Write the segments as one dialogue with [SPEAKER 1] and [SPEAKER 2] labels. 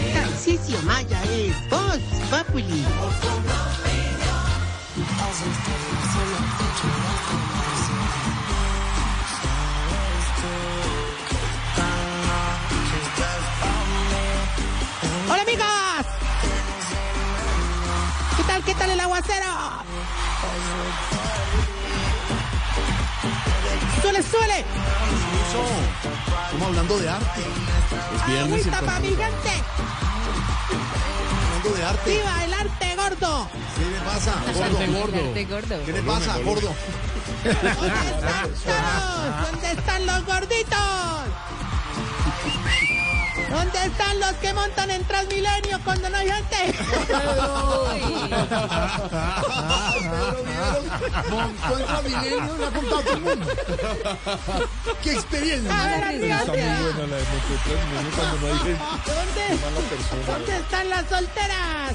[SPEAKER 1] Ejercicio Maya es Voz Populi. Hola amigas. ¿Qué tal? ¿Qué tal el aguacero? Suele, suele.
[SPEAKER 2] Eso. Estamos hablando de arte. Es viernes y
[SPEAKER 1] Agüita pa' mi
[SPEAKER 2] estamos
[SPEAKER 1] gente.
[SPEAKER 2] hablando de arte.
[SPEAKER 1] Viva el arte gordo.
[SPEAKER 2] ¿Qué le pasa, gordo?
[SPEAKER 3] Arte gordo.
[SPEAKER 2] ¿Qué le pasa, gordo?
[SPEAKER 1] ¿Dónde están todos? ¿Dónde están los gorditos? ¿Dónde están los que montan en Transmilenio cuando no hay gente?
[SPEAKER 2] Contra Milenio le ha contado todo el mundo. ¡Qué
[SPEAKER 1] A
[SPEAKER 2] experiencia!
[SPEAKER 1] ver, amiga, mira,
[SPEAKER 4] la de Montetrans, niño, cuando no hay gente.
[SPEAKER 1] ¿Dónde, ¿Dónde están las solteras?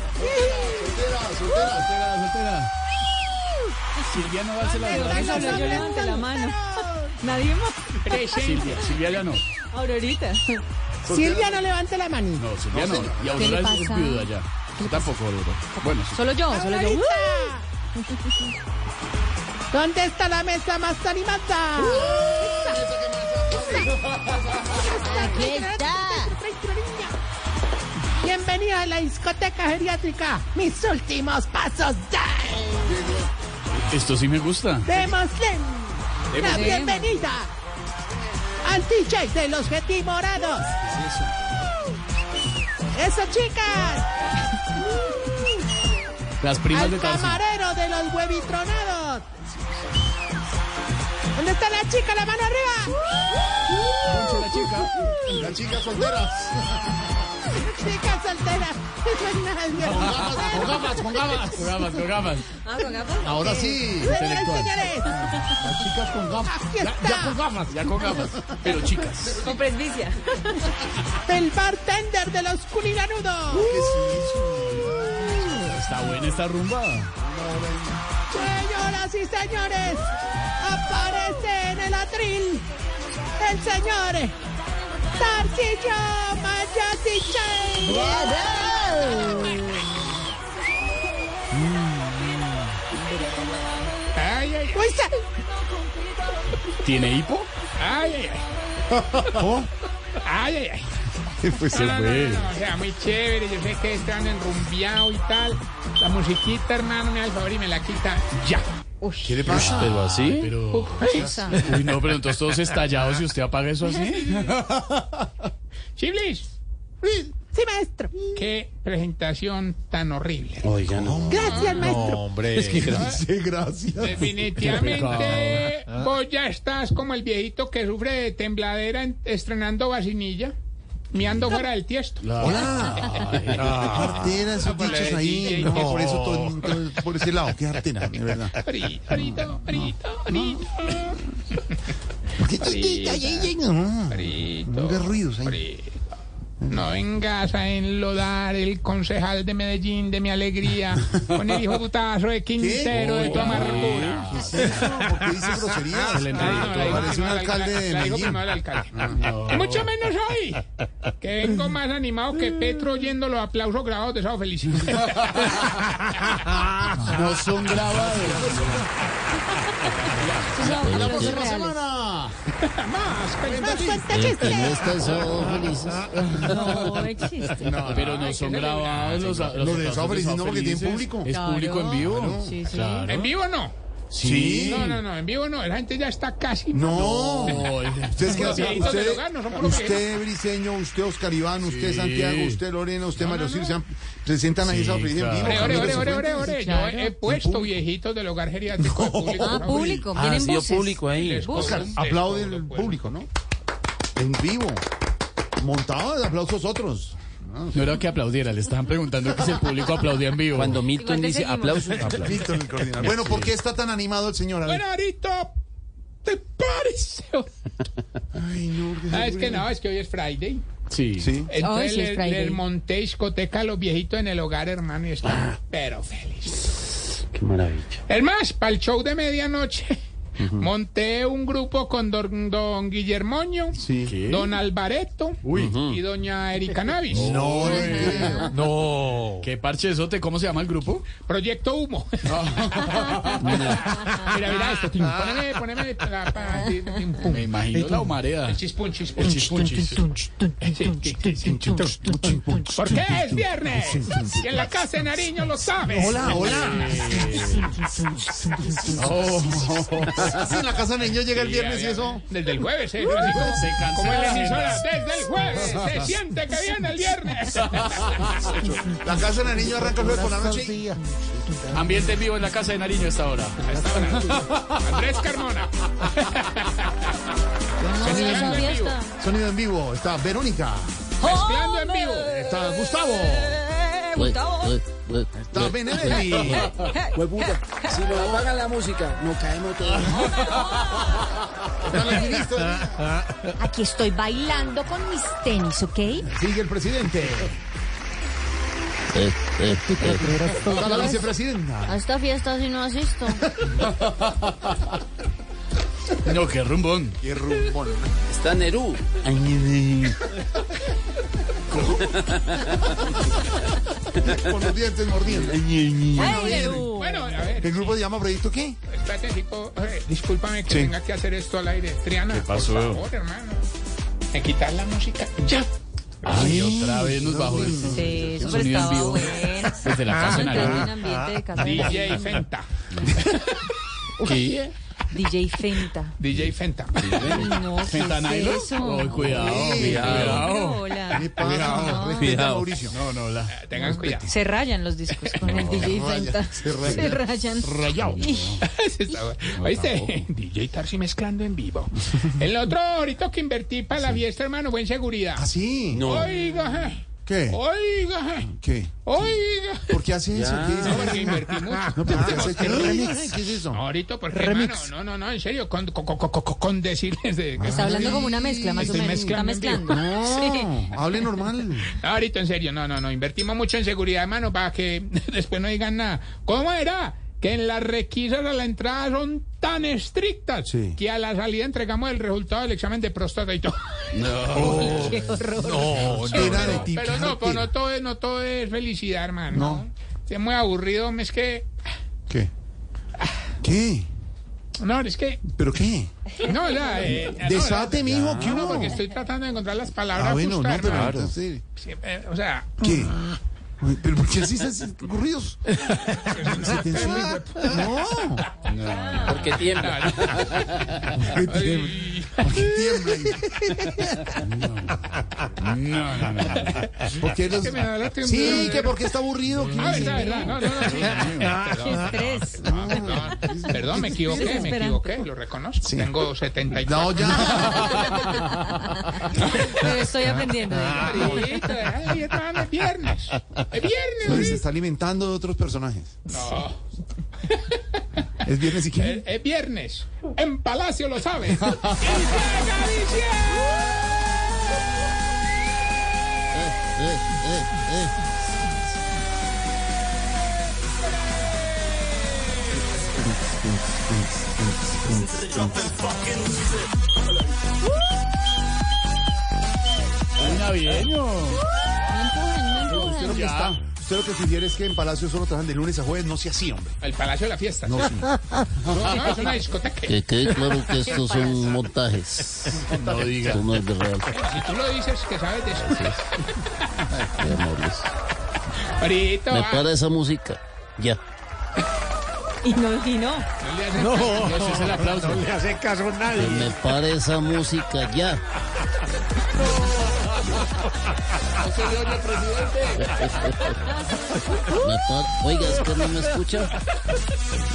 [SPEAKER 5] Silviano
[SPEAKER 1] ¿Dónde
[SPEAKER 5] Dársela
[SPEAKER 1] están los
[SPEAKER 3] Yo no, yo
[SPEAKER 1] hombres
[SPEAKER 3] levanto la mano.
[SPEAKER 1] solteros?
[SPEAKER 3] Nadie más.
[SPEAKER 5] Silvia, Silvia ya no.
[SPEAKER 3] Aurorita.
[SPEAKER 1] Silvia, no levante la mano.
[SPEAKER 5] No, Silvia no. Y
[SPEAKER 3] ¿Qué
[SPEAKER 5] Aurora
[SPEAKER 3] le
[SPEAKER 5] es
[SPEAKER 3] pasa?
[SPEAKER 5] viuda allá. Tampoco Aurora. Bueno, sí.
[SPEAKER 3] Solo yo, solo yo.
[SPEAKER 1] ¡Aurorita! ¿Dónde está la mesa más animada?
[SPEAKER 3] Aquí está.
[SPEAKER 1] Bienvenida a la discoteca geriátrica. Mis últimos pasos ya.
[SPEAKER 5] Esto sí me gusta.
[SPEAKER 1] Démosle la
[SPEAKER 3] Démosle.
[SPEAKER 1] bienvenida al DJ de los Getimorados. Eso, chicas.
[SPEAKER 5] Las primas
[SPEAKER 1] al
[SPEAKER 5] de Tarsi.
[SPEAKER 1] camarero de los huevitronados. ¿Dónde está la chica? La mano ¡Uh! arriba.
[SPEAKER 5] ¡Uh! La chica.
[SPEAKER 2] La chica soltera.
[SPEAKER 1] Chica soltera.
[SPEAKER 2] Con gafas, con gafas.
[SPEAKER 5] Programas, programas.
[SPEAKER 3] Ah, con gafas.
[SPEAKER 2] Ahora sí.
[SPEAKER 1] Señores, señores,
[SPEAKER 2] Las chicas con gafas.
[SPEAKER 1] aquí
[SPEAKER 2] Ya, ya con
[SPEAKER 1] está
[SPEAKER 2] gafas.
[SPEAKER 5] Ya con gafas. Pero chicas.
[SPEAKER 3] Con presbicia.
[SPEAKER 1] el bartender de los culinanudos.
[SPEAKER 5] ¡Uh!
[SPEAKER 2] ¿Qué es eso?
[SPEAKER 5] Está buena esta rumba.
[SPEAKER 1] Señoras y señores, aparece en el atril el señor Tarcillo Mayatiche.
[SPEAKER 5] Ay, ay.
[SPEAKER 1] Uy, se-
[SPEAKER 5] ¿Tiene hipo? Ay, ay, ay.
[SPEAKER 2] Oh.
[SPEAKER 5] Ay, ay, ay.
[SPEAKER 2] Pues
[SPEAKER 5] No, no, no, no, no,
[SPEAKER 2] fue.
[SPEAKER 5] o sea, muy chévere. Yo sé que están enrumbiados y tal. La musiquita, hermano, me da el favor y me la quita ya.
[SPEAKER 2] ¿Qué le pasa?
[SPEAKER 5] ¿Pero así?
[SPEAKER 2] Pero
[SPEAKER 5] Uy, no, pero entonces todos estallados y usted apaga eso así. Chiblis,
[SPEAKER 1] Sí, maestro.
[SPEAKER 6] Qué presentación tan horrible.
[SPEAKER 1] Gracias, maestro.
[SPEAKER 4] Hombre. Es que
[SPEAKER 2] dice gracias.
[SPEAKER 6] Definitivamente, vos ya estás como el viejito que sufre de tembladera en- estrenando vacinilla, miando fuera del tiesto.
[SPEAKER 2] Hola. Qué artera esos
[SPEAKER 6] por la
[SPEAKER 2] dichos
[SPEAKER 6] de
[SPEAKER 2] ahí.
[SPEAKER 6] DJ,
[SPEAKER 2] No,
[SPEAKER 6] que-
[SPEAKER 2] por eso todo el mundo, por ese lado. Qué artera, de verdad.
[SPEAKER 6] Ahorita, ahorita, ahorita, ahorita,
[SPEAKER 2] Qué chiquita, ay, ay, ay, no. No hagas ruidos ahí.
[SPEAKER 6] ahorita. No vengas a enlodar el concejal de Medellín de mi alegría con el hijo putazo de Quintero de tu
[SPEAKER 5] Uy,
[SPEAKER 6] amargura.
[SPEAKER 2] ¿Qué es eso? ¿Por qué dice groserías?
[SPEAKER 5] le
[SPEAKER 6] No, no, la digo
[SPEAKER 2] Parece un
[SPEAKER 6] primero al-
[SPEAKER 2] alcalde de
[SPEAKER 6] la- la
[SPEAKER 2] Medellín.
[SPEAKER 6] digo
[SPEAKER 2] Ah,
[SPEAKER 6] primero al alcalde. Y Mucho menos hoy, que vengo más animado que Petro oyendo los aplausos grabados de Sao Felicidad.
[SPEAKER 2] No son grabados.
[SPEAKER 3] Hablamos de reales.
[SPEAKER 6] más,
[SPEAKER 1] Nos
[SPEAKER 6] cuenta-
[SPEAKER 1] cuenta
[SPEAKER 2] Este
[SPEAKER 1] chistes.
[SPEAKER 2] Estas son felices.
[SPEAKER 3] No, existe.
[SPEAKER 5] No, Este, pero no son grabados los los
[SPEAKER 2] Lo de
[SPEAKER 5] aplausos
[SPEAKER 2] Sao
[SPEAKER 5] de
[SPEAKER 2] Felices, no, porque tienen
[SPEAKER 5] Felices.
[SPEAKER 2] público.
[SPEAKER 5] Es público en vivo.
[SPEAKER 3] Sí, sí.
[SPEAKER 5] Claro.
[SPEAKER 6] ¿En vivo no?
[SPEAKER 2] Sí.
[SPEAKER 6] No, no, no, en vivo no. La gente ya está casi.
[SPEAKER 2] No. Ustedes que
[SPEAKER 6] Los
[SPEAKER 2] hacen-
[SPEAKER 6] viejitos de
[SPEAKER 2] usted,
[SPEAKER 6] Lugano son puros
[SPEAKER 2] usted Briseño, usted Oscar Iván, usted
[SPEAKER 5] Sí.
[SPEAKER 2] Santiago, usted Lorena, usted Mario Ciro, se han- se sientan ahí
[SPEAKER 5] Sí,
[SPEAKER 2] en Sao Felices en
[SPEAKER 5] claro.
[SPEAKER 2] vivo.
[SPEAKER 6] Ore, ore,
[SPEAKER 2] amigos de
[SPEAKER 6] ore,
[SPEAKER 2] su
[SPEAKER 6] ore, ore,
[SPEAKER 2] fuente.
[SPEAKER 6] ore. Yo
[SPEAKER 3] Claro.
[SPEAKER 6] he puesto viejitos del hogar geriátrico de público.
[SPEAKER 3] Ah, público.
[SPEAKER 4] Ah,
[SPEAKER 3] Vienen
[SPEAKER 4] sí,
[SPEAKER 3] buses.
[SPEAKER 4] público ahí.
[SPEAKER 6] Les cobro
[SPEAKER 2] Oscar,
[SPEAKER 6] un
[SPEAKER 2] aplaude
[SPEAKER 6] descuento,
[SPEAKER 2] el
[SPEAKER 6] pues.
[SPEAKER 2] público, ¿no? En vivo. Montado de aplausos otros.
[SPEAKER 5] No era que aplaudiera, le estaban preguntando que si el público aplaudía en vivo.
[SPEAKER 4] Cuando Milton
[SPEAKER 3] Igual te
[SPEAKER 4] dice
[SPEAKER 3] seguimos.
[SPEAKER 4] aplausos, pues, aplausos.
[SPEAKER 2] Listo, el coordinador. Bueno, ¿por qué está tan animado el señor? A ver.
[SPEAKER 6] Bueno, ahorita. ¿Te parece?
[SPEAKER 2] Ay, no, porque-
[SPEAKER 6] Ah, es que no, es que hoy es Friday.
[SPEAKER 5] Sí.
[SPEAKER 2] Sí.
[SPEAKER 6] Entonces
[SPEAKER 3] sí, es
[SPEAKER 6] les,
[SPEAKER 3] Friday.
[SPEAKER 6] les monté discoteca a los viejitos en el hogar, hermano, y están pero feliz.
[SPEAKER 4] Qué maravilla.
[SPEAKER 6] Es más, para el show de medianoche, Monté un grupo con don, don Guillermoño,
[SPEAKER 2] Sí.
[SPEAKER 6] don Alvareto y doña Erika Navis.
[SPEAKER 2] No, le creo.
[SPEAKER 7] No.
[SPEAKER 5] ¿Qué parchezote? ¿Cómo se llama el grupo?
[SPEAKER 6] Proyecto Humo. mira, mira esto. tin, Poneme, poneme la pa- tin, tin, pum.
[SPEAKER 5] Me imagino la humareda.
[SPEAKER 6] El chispun, chispun.
[SPEAKER 5] Chispunchis.
[SPEAKER 6] Porque es viernes. Y en la casa de Nariño lo sabes.
[SPEAKER 2] Hola, hola.
[SPEAKER 5] Oh.
[SPEAKER 2] Así en la casa de niño llega el viernes y eso.
[SPEAKER 6] Desde el jueves, ¿eh? Yo así
[SPEAKER 2] Uh.
[SPEAKER 6] como-
[SPEAKER 5] Se cancela
[SPEAKER 6] como en la
[SPEAKER 5] la
[SPEAKER 6] emisora,
[SPEAKER 5] agenda.
[SPEAKER 6] desde el jueves. Se siente que viene el viernes.
[SPEAKER 2] La casa de niño arranca el jueves por la noche. y-
[SPEAKER 1] Días.
[SPEAKER 5] Ambiente vivo en la casa de Nariño a esta hora.
[SPEAKER 6] Andrés Carmona.
[SPEAKER 8] Esa fiesta.
[SPEAKER 2] Sonido en vivo. Está Verónica.
[SPEAKER 6] Mezclando en vivo.
[SPEAKER 2] Está Gustavo.
[SPEAKER 8] Eh,
[SPEAKER 4] pues,
[SPEAKER 8] Gustavo.
[SPEAKER 2] Está Benedetti.
[SPEAKER 9] Si nos apagan la música, nos caemos todos.
[SPEAKER 2] Está la ministra.
[SPEAKER 8] Aquí estoy bailando con mis tenis, ¿ok?
[SPEAKER 2] Sigue el presidente. Está la vicepresidenta.
[SPEAKER 8] A esta fiesta si no asisto.
[SPEAKER 5] No, qué rumbón.
[SPEAKER 2] Qué rumbón.
[SPEAKER 9] Está Nerú.
[SPEAKER 2] Con los dientes mordiendo.
[SPEAKER 8] ¡Ay, Perú!
[SPEAKER 6] Bueno, a ver.
[SPEAKER 2] ¿El grupo se llama Proyecto qué?
[SPEAKER 6] Espérate, chico. Eh, discúlpame que
[SPEAKER 2] Sí.
[SPEAKER 6] tenga que hacer esto al aire. Triana,
[SPEAKER 7] pasó?
[SPEAKER 6] por favor, hermano. Me quitas la música. Ya.
[SPEAKER 5] Ay, otra vez nos bajó el
[SPEAKER 8] Sí, eso
[SPEAKER 5] sonido en
[SPEAKER 8] estaba
[SPEAKER 5] vivo.
[SPEAKER 8] bueno.
[SPEAKER 5] Desde la casa de
[SPEAKER 8] Entrando en
[SPEAKER 5] Nariño.
[SPEAKER 8] ambiente de casa de
[SPEAKER 6] Ah, DJ
[SPEAKER 8] Nariño.
[SPEAKER 6] Fenta.
[SPEAKER 5] ¿Qué?
[SPEAKER 8] DJ Fenta.
[SPEAKER 6] DJ Fenta.
[SPEAKER 8] Ay, no, ¿qué
[SPEAKER 5] ¿Fentanilo?
[SPEAKER 8] es eso?
[SPEAKER 5] Ay, cuidado,
[SPEAKER 8] No,
[SPEAKER 5] cuidado.
[SPEAKER 3] Ah,
[SPEAKER 8] hola.
[SPEAKER 2] ¿Qué pasa? Respeta a
[SPEAKER 7] Cuidado.
[SPEAKER 2] Mauricio.
[SPEAKER 5] No, no, la.
[SPEAKER 6] Tengan cuidado.
[SPEAKER 8] Se rayan los discos con el DJ
[SPEAKER 2] raya,
[SPEAKER 8] Fenta.
[SPEAKER 2] se raya.
[SPEAKER 8] Se rayan.
[SPEAKER 5] Rayado.
[SPEAKER 6] Ese estaba- ¿Oíste? DJ Tarsi mezclando en vivo. El otro ahorita que invertí para la fiesta, hermano, buen seguridad.
[SPEAKER 2] ¿Ah, sí?
[SPEAKER 6] Oiga, eh.
[SPEAKER 2] ¿Qué?
[SPEAKER 6] oiga, eh.
[SPEAKER 2] ¿Qué?
[SPEAKER 6] oiga.
[SPEAKER 2] ¿Por qué hace eso? ¿Qué
[SPEAKER 6] No,
[SPEAKER 2] dice?
[SPEAKER 6] porque invertí mucho.
[SPEAKER 2] No, pero ¿qué hace? ¿Qué remix? ¿Qué es eso?
[SPEAKER 6] Ah, No, ahorita porque,
[SPEAKER 2] Remix.
[SPEAKER 6] hermano, no, no, no, en serio, con, con, con- con- con decirles de...
[SPEAKER 8] Está hablando como una mezcla, más o
[SPEAKER 6] Estoy
[SPEAKER 8] menos. Está
[SPEAKER 6] mezclando
[SPEAKER 8] mezclando. Sí.
[SPEAKER 2] No, hable normal.
[SPEAKER 6] Ahorita, en serio, no, no, no. Invertimos mucho en seguridad, hermano, para que después no digan nada. ¿Cómo era? Que en las requisas a la entrada son tan estrictas
[SPEAKER 2] Sí.
[SPEAKER 6] que a la salida entregamos el resultado del examen de próstata y todo.
[SPEAKER 8] Qué horror.
[SPEAKER 2] Era de ti.
[SPEAKER 6] Pero no, pues no todo es, no todo es felicidad, hermano.
[SPEAKER 2] No.
[SPEAKER 6] Es muy aburrido, hombre, es que...
[SPEAKER 2] ¿Qué? ¿Qué?
[SPEAKER 6] No, es que...
[SPEAKER 2] ¿Pero qué?
[SPEAKER 6] No, ya... eh, no,
[SPEAKER 2] Desate, mijo, ¿qué
[SPEAKER 6] No, no,
[SPEAKER 2] hubo?
[SPEAKER 6] porque estoy tratando de encontrar las palabras
[SPEAKER 2] Ah, bueno, no,
[SPEAKER 6] justas,
[SPEAKER 2] pero
[SPEAKER 6] hermano.
[SPEAKER 2] entonces,
[SPEAKER 6] Sí, eh, O sea...
[SPEAKER 2] ¿Qué? Uy, ¿Pero por qué así se hacen corridos? ¿Se te sube? No.
[SPEAKER 9] Porque tiembla.
[SPEAKER 2] ¿Por qué tiembla? ¿Por qué
[SPEAKER 5] No, no, no.
[SPEAKER 2] los...
[SPEAKER 6] Que me da la
[SPEAKER 2] Sí,
[SPEAKER 6] tembladera.
[SPEAKER 2] que porque está aburrido. ¿qué
[SPEAKER 6] Ah,
[SPEAKER 2] dice?
[SPEAKER 6] verdad, verdad. No, no, no, sí.
[SPEAKER 8] Qué estrés.
[SPEAKER 6] No,
[SPEAKER 2] Ah,
[SPEAKER 6] perdón, perdón, me equivoqué, me
[SPEAKER 8] Desesperante.
[SPEAKER 6] equivoqué, lo reconozco.
[SPEAKER 2] Sí.
[SPEAKER 6] Tengo 74.
[SPEAKER 2] No, ya.
[SPEAKER 8] Pero estoy aprendiendo. de
[SPEAKER 2] Ah.
[SPEAKER 8] ella.
[SPEAKER 6] Ahorita, Ah, eh. ay, hermano, es viernes. Es viernes.
[SPEAKER 2] Se
[SPEAKER 6] ¿sí?
[SPEAKER 2] está alimentando de otros personajes.
[SPEAKER 6] No, Eh,
[SPEAKER 2] Es viernes y
[SPEAKER 6] es,
[SPEAKER 2] qué.
[SPEAKER 6] es viernes. En Palacio lo saben. ¡Y llega diciembre!
[SPEAKER 5] Ay, navideño.
[SPEAKER 8] No empujen, no
[SPEAKER 2] Usted
[SPEAKER 6] eh,
[SPEAKER 8] empujen.
[SPEAKER 2] lo que está. Usted lo que sugiere es que en Palacio solo trabajan de lunes a jueves, no sea así, hombre.
[SPEAKER 6] El Palacio de la Fiesta.
[SPEAKER 2] No,
[SPEAKER 6] No,
[SPEAKER 2] sí.
[SPEAKER 6] no, es una discoteca.
[SPEAKER 4] Que quede claro que estos son montajes.
[SPEAKER 5] No diga.
[SPEAKER 4] Esto no es de real.
[SPEAKER 6] Si tú lo dices, que sabes de eso.
[SPEAKER 4] Qué amables.
[SPEAKER 6] Ahorita,
[SPEAKER 4] Me
[SPEAKER 6] ah,
[SPEAKER 4] para esa música. Ya.
[SPEAKER 8] Y no, y no.
[SPEAKER 6] no le haces caso.
[SPEAKER 5] Ese es el aplauso.
[SPEAKER 4] Que me pare esa música ya. Me pa- Oiga, es que no me escucha.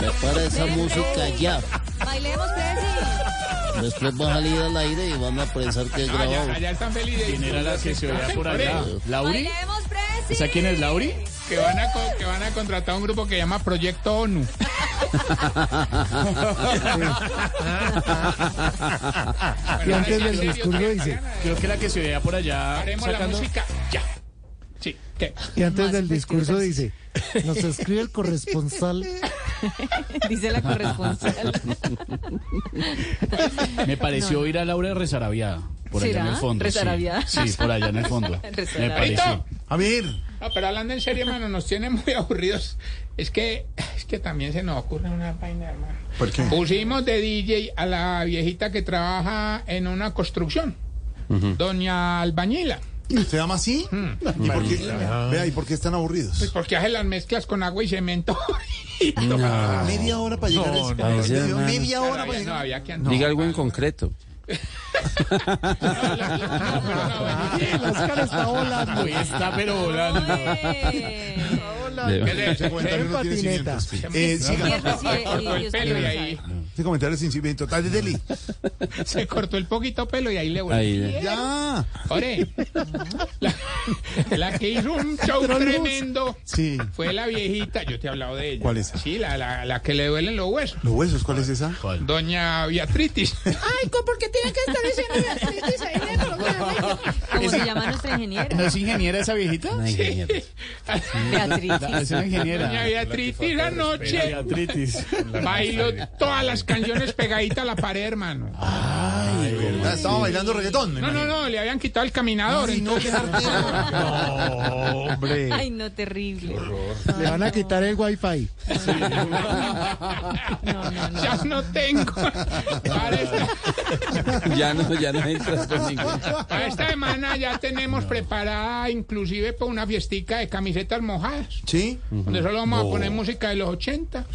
[SPEAKER 4] Me para esa música ya.
[SPEAKER 8] Bailemos, Presi.
[SPEAKER 4] Después va a salir al aire y van a pensar que es
[SPEAKER 6] Ah, ya-
[SPEAKER 4] grabado.
[SPEAKER 6] allá están felices.
[SPEAKER 5] ¿Quién era la que se oía por allá? ¿Lauri?
[SPEAKER 8] Bailemos, Presi.
[SPEAKER 5] ¿Esa quién es, Lauri?
[SPEAKER 6] Que van, a, co- que van a contratar un grupo que se llama Proyecto ONU.
[SPEAKER 4] Ay,
[SPEAKER 6] Y
[SPEAKER 2] antes del discurso dice,
[SPEAKER 5] Creo que la que se oía por allá
[SPEAKER 6] Haremos la
[SPEAKER 5] sacando...
[SPEAKER 6] música ya. Sí, ¿qué?
[SPEAKER 2] Y antes
[SPEAKER 8] Más del discurso
[SPEAKER 2] dice, nos escribe el corresponsal
[SPEAKER 3] Dice la corresponsal.
[SPEAKER 5] Me pareció ir a Laura Rezarabiada. Por allá en
[SPEAKER 3] ¿Será?
[SPEAKER 5] el fondo. sí.
[SPEAKER 3] Rezarabiada.
[SPEAKER 5] Sí, por allá en el fondo. Me
[SPEAKER 3] Rezarabiada.
[SPEAKER 5] pareció.
[SPEAKER 2] A ver,
[SPEAKER 6] No, pero hablando en serio, hermano, nos tiene muy aburridos. Es que, es que también se nos ocurre una vaina, hermano.
[SPEAKER 2] ¿por qué?
[SPEAKER 6] Pusimos de DJ a la viejita que trabaja en una construcción, doña Albañila,
[SPEAKER 2] ¿Se llama así?
[SPEAKER 4] Hmm.
[SPEAKER 2] ¿Y por qué, vea, ¿y por qué están aburridos?
[SPEAKER 6] porque Pues, hace las mezclas con agua y cemento.
[SPEAKER 2] Media hora para llegar a
[SPEAKER 4] Ah. no,
[SPEAKER 2] ese-
[SPEAKER 4] no, no.
[SPEAKER 2] Media hora para
[SPEAKER 6] Había- no,
[SPEAKER 2] llegar.
[SPEAKER 6] había que andar.
[SPEAKER 4] Diga algo en concreto.
[SPEAKER 6] Ah,
[SPEAKER 2] Las caras está volando.
[SPEAKER 5] Uy, está pero volando.
[SPEAKER 4] De-
[SPEAKER 2] Ese comentario no tiene
[SPEAKER 1] patineta.
[SPEAKER 2] cimientos. Eh, siga.
[SPEAKER 3] Viernes y- y-
[SPEAKER 6] Cortó
[SPEAKER 3] y
[SPEAKER 6] el
[SPEAKER 3] usted
[SPEAKER 6] pelo y
[SPEAKER 3] lo
[SPEAKER 6] ahí.
[SPEAKER 3] sabe.
[SPEAKER 2] Ese comentario sin cimientos. Dale, Deli.
[SPEAKER 6] Se cortó el poquito pelo y ahí le volvió.
[SPEAKER 4] Ahí, de-
[SPEAKER 2] Ya.
[SPEAKER 6] Ore, la, la que hizo un show tremendo
[SPEAKER 2] Sí.
[SPEAKER 6] fue la viejita, yo te he hablado de ella.
[SPEAKER 2] ¿Cuál es esa?
[SPEAKER 6] Sí, la, la, la que le duelen los huesos.
[SPEAKER 2] ¿Los huesos? ¿Cuál es esa?
[SPEAKER 6] Doña Beatritis.
[SPEAKER 1] Ay, ¿por qué tiene que estar diciendo Beatriz ahí en el programa?
[SPEAKER 3] ¿Cómo se llama nuestra ingeniera?
[SPEAKER 5] ¿No es ingeniera esa viejita?
[SPEAKER 4] Ay, ingeniero.
[SPEAKER 5] Es
[SPEAKER 3] Beatriz.
[SPEAKER 5] una
[SPEAKER 6] Doña
[SPEAKER 5] ingeniera.
[SPEAKER 6] Beatriz anoche
[SPEAKER 5] Beatriz.
[SPEAKER 6] bailó todas las canciones pegaditas a la pared, hermano.
[SPEAKER 2] Ah, Estaba bailando reggaetón. me
[SPEAKER 6] No, no,
[SPEAKER 2] imagino.
[SPEAKER 6] no, le habían quitado el caminador.
[SPEAKER 2] Ay, no,
[SPEAKER 6] entonces-
[SPEAKER 2] qué artero. No, hombre.
[SPEAKER 3] Ay, no, terrible.
[SPEAKER 1] Le van a quitar el wifi.
[SPEAKER 3] No, no, no.
[SPEAKER 6] Ya no tengo. Para esta,
[SPEAKER 4] Ya no, ya no entras con ningún.
[SPEAKER 6] para esta semana ya tenemos preparada inclusive por una fiestica de camisetas mojadas.
[SPEAKER 2] ¿Sí?
[SPEAKER 4] Mm.
[SPEAKER 6] Donde solo vamos a poner música de los 80.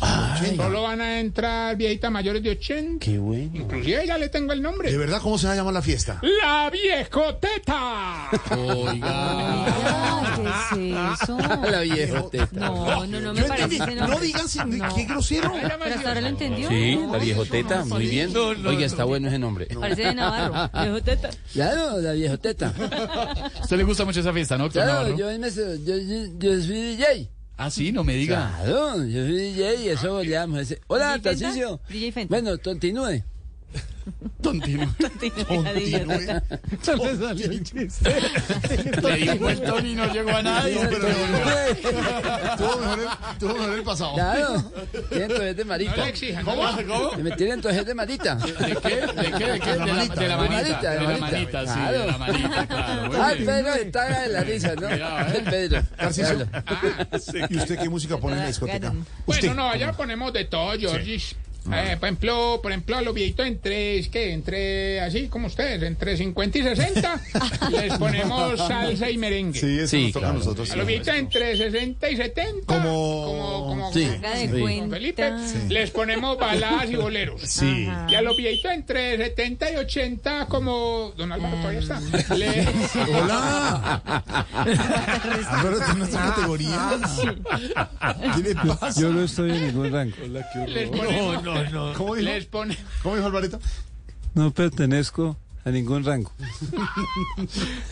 [SPEAKER 6] Solo van a entrar viejitas mayores de 80.
[SPEAKER 4] Qué bueno.
[SPEAKER 6] Inclusive ya le tengo el nombre.
[SPEAKER 2] ¿De verdad cómo se va a llamar la fiesta?
[SPEAKER 6] La viejoteta.
[SPEAKER 3] Ah, ¿Qué es eso?
[SPEAKER 4] La vieja teta.
[SPEAKER 3] No, no, no me
[SPEAKER 2] Yo entendí.
[SPEAKER 3] parece. ese
[SPEAKER 2] No
[SPEAKER 3] nombre.
[SPEAKER 2] digan si-
[SPEAKER 3] No.
[SPEAKER 2] qué grosero.
[SPEAKER 3] Pero hasta ahora lo entendió.
[SPEAKER 4] Sí, la viejoteta, muy bien. Oiga, está bueno ese nombre.
[SPEAKER 3] Parece de Navarro. Viejoteta.
[SPEAKER 4] Claro, la viejoteta.
[SPEAKER 5] ¿A usted le gusta mucho esa fiesta, no, doctor Navarro?
[SPEAKER 4] me- yo- yo- yo soy DJ.
[SPEAKER 5] Ah, sí, no me diga.
[SPEAKER 4] Claro, yo soy DJ y eso le damos ese. Hola,
[SPEAKER 3] ¿DJ Fenta?
[SPEAKER 4] Tarcicio.
[SPEAKER 3] ¿DJ Fenta?
[SPEAKER 4] Bueno, continúe.
[SPEAKER 5] Tontino.
[SPEAKER 3] La viejoteta.
[SPEAKER 5] Le dio el tono y no llegó a nadie.
[SPEAKER 2] pero
[SPEAKER 4] Continúe.
[SPEAKER 2] Tuvo mejor el, tuvo mejor el pasado.
[SPEAKER 4] Claro, tiene entonces de
[SPEAKER 6] No
[SPEAKER 4] marita.
[SPEAKER 6] le exijan.
[SPEAKER 5] ¿Cómo? ¿Cómo?
[SPEAKER 4] Me tiene entonces de marita.
[SPEAKER 5] ¿De qué? ¿De qué? ¿De qué? De la manita. De la manita, Ah, de la manita, sí. De la manita, claro. muy
[SPEAKER 4] Ay,
[SPEAKER 5] bien.
[SPEAKER 4] Ah, Pedro, está de la risa, ¿no?
[SPEAKER 7] ¿eh?
[SPEAKER 5] Cuidado,
[SPEAKER 4] Ay, Pedro.
[SPEAKER 2] Tarcisio.
[SPEAKER 4] Claro.
[SPEAKER 2] ¿Y usted qué música pone en la discoteca?
[SPEAKER 3] Ganan.
[SPEAKER 2] Usted.
[SPEAKER 6] Bueno, no, allá ponemos de todo, Georgis. Eh, por ejemplo, por ejemplo, a los viejitos entre, es que entre, así como ustedes, entre 50 y 60, les ponemos salsa y merengue.
[SPEAKER 2] Sí, eso
[SPEAKER 4] Sí,
[SPEAKER 2] nos toca
[SPEAKER 4] claro.
[SPEAKER 2] a nosotros.
[SPEAKER 6] A los viejitos entre 60 y 70,
[SPEAKER 2] Como-
[SPEAKER 6] como, como-
[SPEAKER 4] Sí.
[SPEAKER 3] Haga de
[SPEAKER 4] Sí.
[SPEAKER 6] como
[SPEAKER 3] cuenta.
[SPEAKER 6] Felipe, les ponemos baladas y boleros.
[SPEAKER 2] Sí.
[SPEAKER 6] Y a los viejitos entre 70 y 80, como Don Álvaro todavía está. le-
[SPEAKER 2] ¡Hola! Álvaro, ¿tiene nuestra categoría? ¿Qué le pasa?
[SPEAKER 7] Yo no estoy en ningún rango.
[SPEAKER 6] les ponemos,
[SPEAKER 2] ¿Cómo dijo?
[SPEAKER 6] les pone-
[SPEAKER 2] ¿Cómo dijo Alvarito?
[SPEAKER 7] No pertenezco a ningún rango.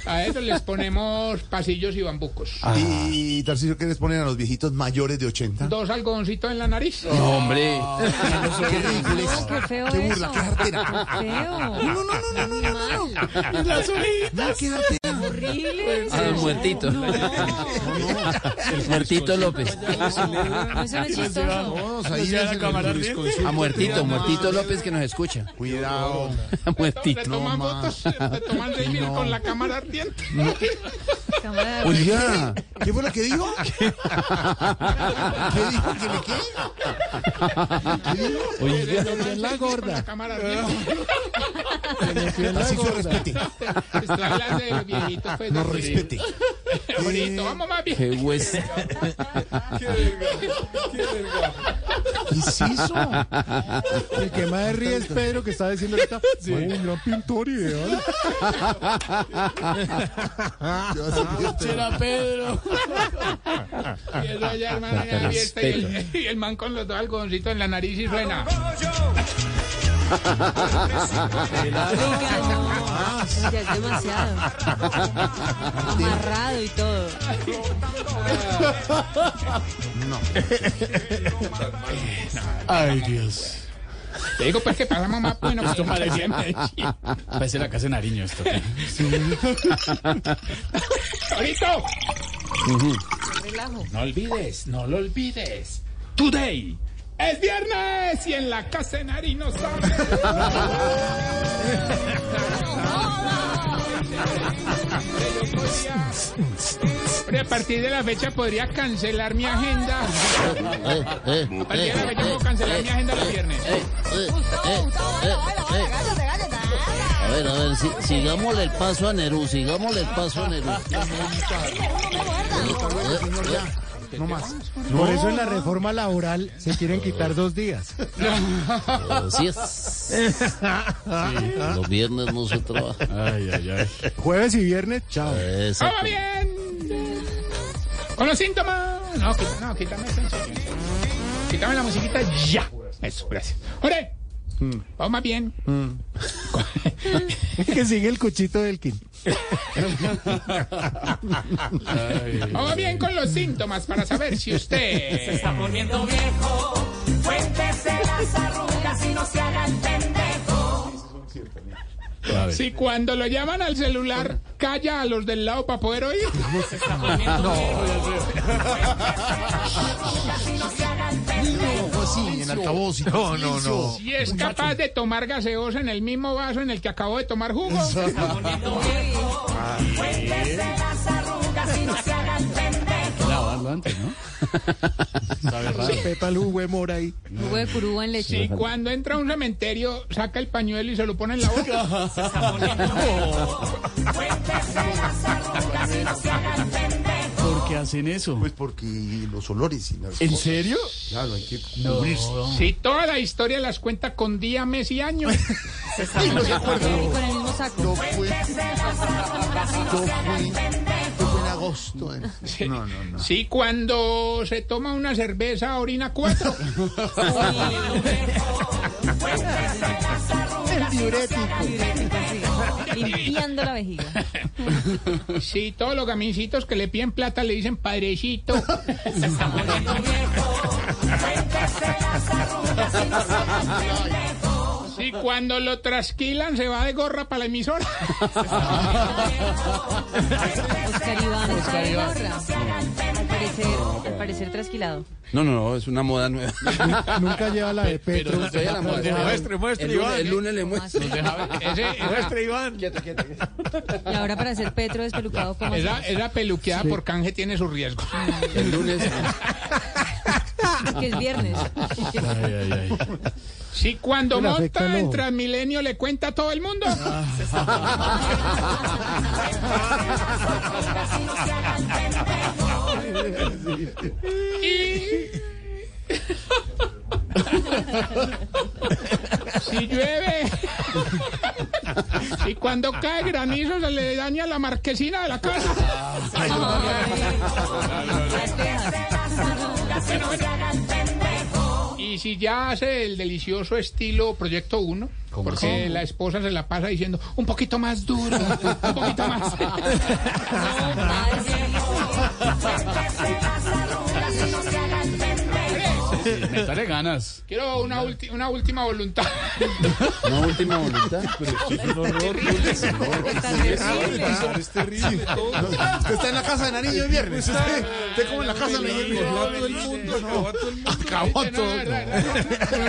[SPEAKER 6] a eso les ponemos pasillos y bambucos.
[SPEAKER 2] Ah. Y Tarcisio, ¿qué les ponen a los viejitos mayores de 80?
[SPEAKER 6] Dos algodoncitos en la nariz.
[SPEAKER 4] No, hombre.
[SPEAKER 2] Qué ridículo es.
[SPEAKER 3] No, qué feo
[SPEAKER 2] Qué burla,
[SPEAKER 3] eso.
[SPEAKER 2] qué jartera.
[SPEAKER 3] Qué
[SPEAKER 2] No,
[SPEAKER 3] feo.
[SPEAKER 2] no, no, no, no, no, no.
[SPEAKER 5] Las orejas.
[SPEAKER 2] No, qué jartera.
[SPEAKER 3] Horrible.
[SPEAKER 4] Ah, el muertito.
[SPEAKER 3] No.
[SPEAKER 4] El muertito López.
[SPEAKER 3] No,
[SPEAKER 4] Ah.
[SPEAKER 3] eso no es chistoso.
[SPEAKER 2] Vamos
[SPEAKER 5] No
[SPEAKER 2] ahí
[SPEAKER 5] sea la
[SPEAKER 2] es el-
[SPEAKER 5] cámara
[SPEAKER 2] el-
[SPEAKER 5] ardiente.
[SPEAKER 2] el-
[SPEAKER 4] A muertito, muertito López que nos escucha.
[SPEAKER 2] Cuidado.
[SPEAKER 4] A
[SPEAKER 6] Le
[SPEAKER 4] muertito.
[SPEAKER 6] toman fotos, le toman selfies con la cámara ardiente.
[SPEAKER 3] Cámara de-
[SPEAKER 2] Oiga, ¿qué fue lo que dijo? ¿Qué dijo que le qué?
[SPEAKER 6] Le toman selfies con la cámara ardiente.
[SPEAKER 2] Tarcisio, respete.
[SPEAKER 6] Estoy hablando de los viejitos, pues,
[SPEAKER 2] No
[SPEAKER 6] de-
[SPEAKER 2] respete.
[SPEAKER 6] Bonito, vamos más bien.
[SPEAKER 4] Qué hueso.
[SPEAKER 2] ¿Qué es eso?
[SPEAKER 1] El que más ríe es Pedro que está diciendo ahorita. "Fue Un gran pintor ideal.
[SPEAKER 5] Será Pedro.
[SPEAKER 6] Y eso allá, hermano, allá abierta, y el, y el man con los dos algodoncitos en la nariz y suena.
[SPEAKER 3] Ah, no. Ya es demasiado. Amarrado y todo.
[SPEAKER 5] Ay, Dios.
[SPEAKER 6] Te digo, pues, que pasamos más bueno. Esto
[SPEAKER 5] parece- Parece la casa de Nariño esto.
[SPEAKER 6] ¡Ahorita!
[SPEAKER 3] Relajo.
[SPEAKER 6] No olvides, no lo olvides. Today Es viernes y en la casa de Nari no sabe. Pero a partir de la fecha podría cancelar mi agenda.
[SPEAKER 4] Eh, eh, eh,
[SPEAKER 6] A partir de la fecha puedo cancelar mi agenda los viernes.
[SPEAKER 4] eh, eh, eh, eh, eh. A ver, a ver, si- sigámosle el paso a Nerú, sigámosle el paso a Nerú.
[SPEAKER 2] No más.
[SPEAKER 1] Por eso en la reforma laboral se quieren quitar dos días.
[SPEAKER 4] Así es. Los viernes no se trabaja.
[SPEAKER 5] Ay, ay, ay.
[SPEAKER 1] Jueves y viernes, chao.
[SPEAKER 4] Eso.
[SPEAKER 6] ¡Ah, va bien! Con los síntomas. No, quita- no, quítame eso. en serio. Quítame la musiquita ya. Eso, gracias. ¡Ore! Vamos más bien.
[SPEAKER 1] que sigue el cuchito del King.
[SPEAKER 6] Vamos bien con los síntomas para saber si usted.
[SPEAKER 10] Está poniendo viejo. Cuéntese las arrugas y no se haga el pendejo.
[SPEAKER 6] Si cuando lo llaman al celular, calla a los del lado para poder oír.
[SPEAKER 10] No se haga el
[SPEAKER 2] No, fue así, en altavoz. No, no, no.
[SPEAKER 6] Si es capaz de tomar gaseosa en el mismo vaso en el que acabó de tomar jugo.
[SPEAKER 10] Cuéntese las arrugas y no se haga el pendejo.
[SPEAKER 5] Lavarlo antes, ¿no? Sabe raro.
[SPEAKER 1] Pepa Lu, güey, mora ahí.
[SPEAKER 3] Jugo de curuba en leche.
[SPEAKER 6] Si cuando entra a un cementerio, saca el pañuelo y se lo pone en la boca.
[SPEAKER 10] Cuéntese las arrugas y no se haga el pendejo.
[SPEAKER 5] ¿Por qué hacen eso?
[SPEAKER 2] Pues porque los olores y las
[SPEAKER 5] ¿En
[SPEAKER 2] cosas.
[SPEAKER 5] serio?
[SPEAKER 2] Claro, hay que cubrirse.
[SPEAKER 6] Si toda la historia las cuenta con día, mes y año.
[SPEAKER 3] Y con el mismo saco.
[SPEAKER 2] No fue, no fue, no fue en agosto. eh. No, no, no.
[SPEAKER 6] Si cuando se toma una cerveza, orina cuatro.
[SPEAKER 1] El diurético.
[SPEAKER 3] Limpiando la vejiga.
[SPEAKER 6] Si todos los gamincitos que le piden plata le dicen padrecito. Si cuando lo trasquilan, se va de gorra para la emisora.
[SPEAKER 3] Oscar Iván. Oscar Iván. Al parecer, al parecer trasquilado.
[SPEAKER 7] No, no, no, es una moda nueva.
[SPEAKER 1] Nunca lleva la de Petro.
[SPEAKER 9] El lunes, el lunes le muestro.
[SPEAKER 6] Ese- esa,
[SPEAKER 3] Y ahora para ser Petro despelucado como
[SPEAKER 6] esa- esa peluqueada por canje tiene su riesgo.
[SPEAKER 9] El lunes.
[SPEAKER 3] que es viernes.
[SPEAKER 5] Ay, ay, ay.
[SPEAKER 6] Si cuando
[SPEAKER 1] Pero afecta el
[SPEAKER 6] monta en
[SPEAKER 1] ojo.
[SPEAKER 6] Transmilenio le cuenta a todo el mundo. Y- si llueve. Si cuando cae granizo se le daña la marquesina de la casa.
[SPEAKER 3] Las tejas.
[SPEAKER 6] Y si ya hace el delicioso estilo Proyecto 1, porque la esposa se la pasa diciendo un poquito más duro, un poquito más.
[SPEAKER 5] Métale ganas.
[SPEAKER 6] Quiero una, ulti- una última voluntad.
[SPEAKER 9] Una última voluntad.
[SPEAKER 3] Tan terrible.
[SPEAKER 2] Es terrible. Usted está en la casa de Nariño el viernes. Usted, usted como en la casa de Nariño el viernes.
[SPEAKER 5] Acabó
[SPEAKER 6] No, no, no,
[SPEAKER 5] todo.
[SPEAKER 6] no, no.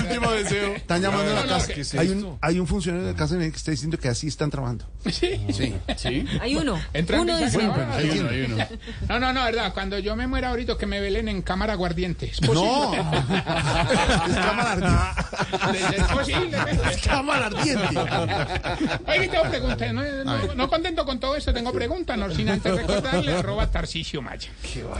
[SPEAKER 5] Último deseo.
[SPEAKER 2] Están llamando a la
[SPEAKER 6] No, no,
[SPEAKER 2] casa.
[SPEAKER 6] ¿qué es
[SPEAKER 2] Hay un, hay un funcionario de la casa de Nariño que está diciendo que así están trabajando.
[SPEAKER 5] Sí.
[SPEAKER 3] Hay uno.
[SPEAKER 6] Entra
[SPEAKER 3] uno
[SPEAKER 6] en
[SPEAKER 3] dice.
[SPEAKER 6] mensaje.
[SPEAKER 5] Hay uno, hay uno.
[SPEAKER 6] No, no, no, verdad. Cuando yo me muera ahorita, que me velen en cámara aguardiente. Es
[SPEAKER 5] Pues
[SPEAKER 2] No.
[SPEAKER 6] posible.
[SPEAKER 2] Es cámara ardiente.
[SPEAKER 6] Es posible.
[SPEAKER 2] Es cámara ardiente.
[SPEAKER 6] Oye, tengo preguntas. No, no- no contento con todo eso, tengo preguntas. No sin antes recordarle, arroba Tarcicio Maya.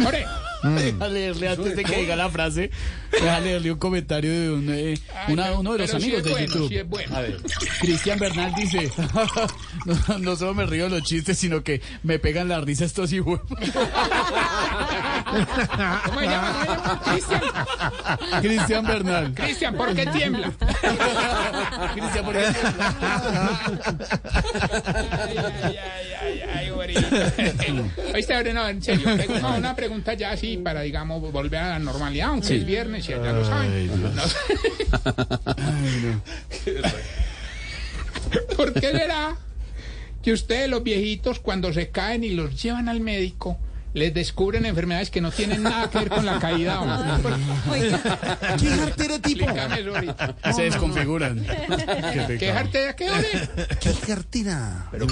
[SPEAKER 6] Ore,
[SPEAKER 5] Deja leerle antes de que diga la frase. Deja leerle un comentario de un, eh, una- uno de los
[SPEAKER 6] pero sí
[SPEAKER 5] amigos
[SPEAKER 6] es
[SPEAKER 5] de
[SPEAKER 6] bueno,
[SPEAKER 5] YouTube.
[SPEAKER 6] sí es bueno.
[SPEAKER 5] A ver, Cristian Bernal dice: no, no solo me río de los chistes, sino que me pegan la risa estos hijos.
[SPEAKER 6] ¿Cómo se llama? ¿Cómo se llama? Cristian.
[SPEAKER 5] Cristian Bernal.
[SPEAKER 6] Cristian, ¿por qué tiembla?
[SPEAKER 5] Cristian, ¿por qué?
[SPEAKER 6] Ay, ay, ay, ay, ay, güerito. Oíste, Aure, no, en serio. tengo una- una pregunta ya así para, digamos, volver a la normalidad, aunque es viernes, ya, ya lo saben. No sé. ¿Por qué será que ustedes, los viejitos, cuando se caen y los llevan al médico, les descubren enfermedades que no tienen nada que ver con la caída. hombre.
[SPEAKER 2] ¿Qué jartera tipo?
[SPEAKER 6] Explícame eso ahorita.
[SPEAKER 5] Se desconfiguran. Qué
[SPEAKER 6] ¿Qué
[SPEAKER 5] pecado.
[SPEAKER 6] jartera qué, hombre?
[SPEAKER 2] ¿Qué cartera? Pero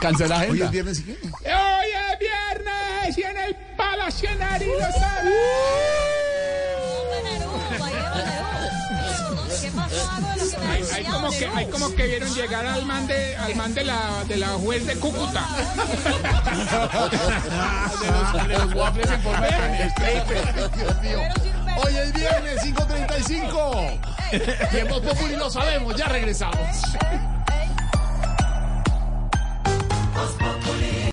[SPEAKER 5] Cancela
[SPEAKER 2] Hoy
[SPEAKER 5] agenda.
[SPEAKER 2] es viernes y qué?
[SPEAKER 6] Hoy es viernes y en el Palacio Nari lo saben. Hay, hay como que, hay como que vieron llegar al man de, al man de la, de la juez de Cúcuta.
[SPEAKER 5] Ah, De los waffles en forma de pene.
[SPEAKER 2] Dios mío. Hoy es viernes 5.35.
[SPEAKER 5] Tiempo popular y lo sabemos, ya regresamos.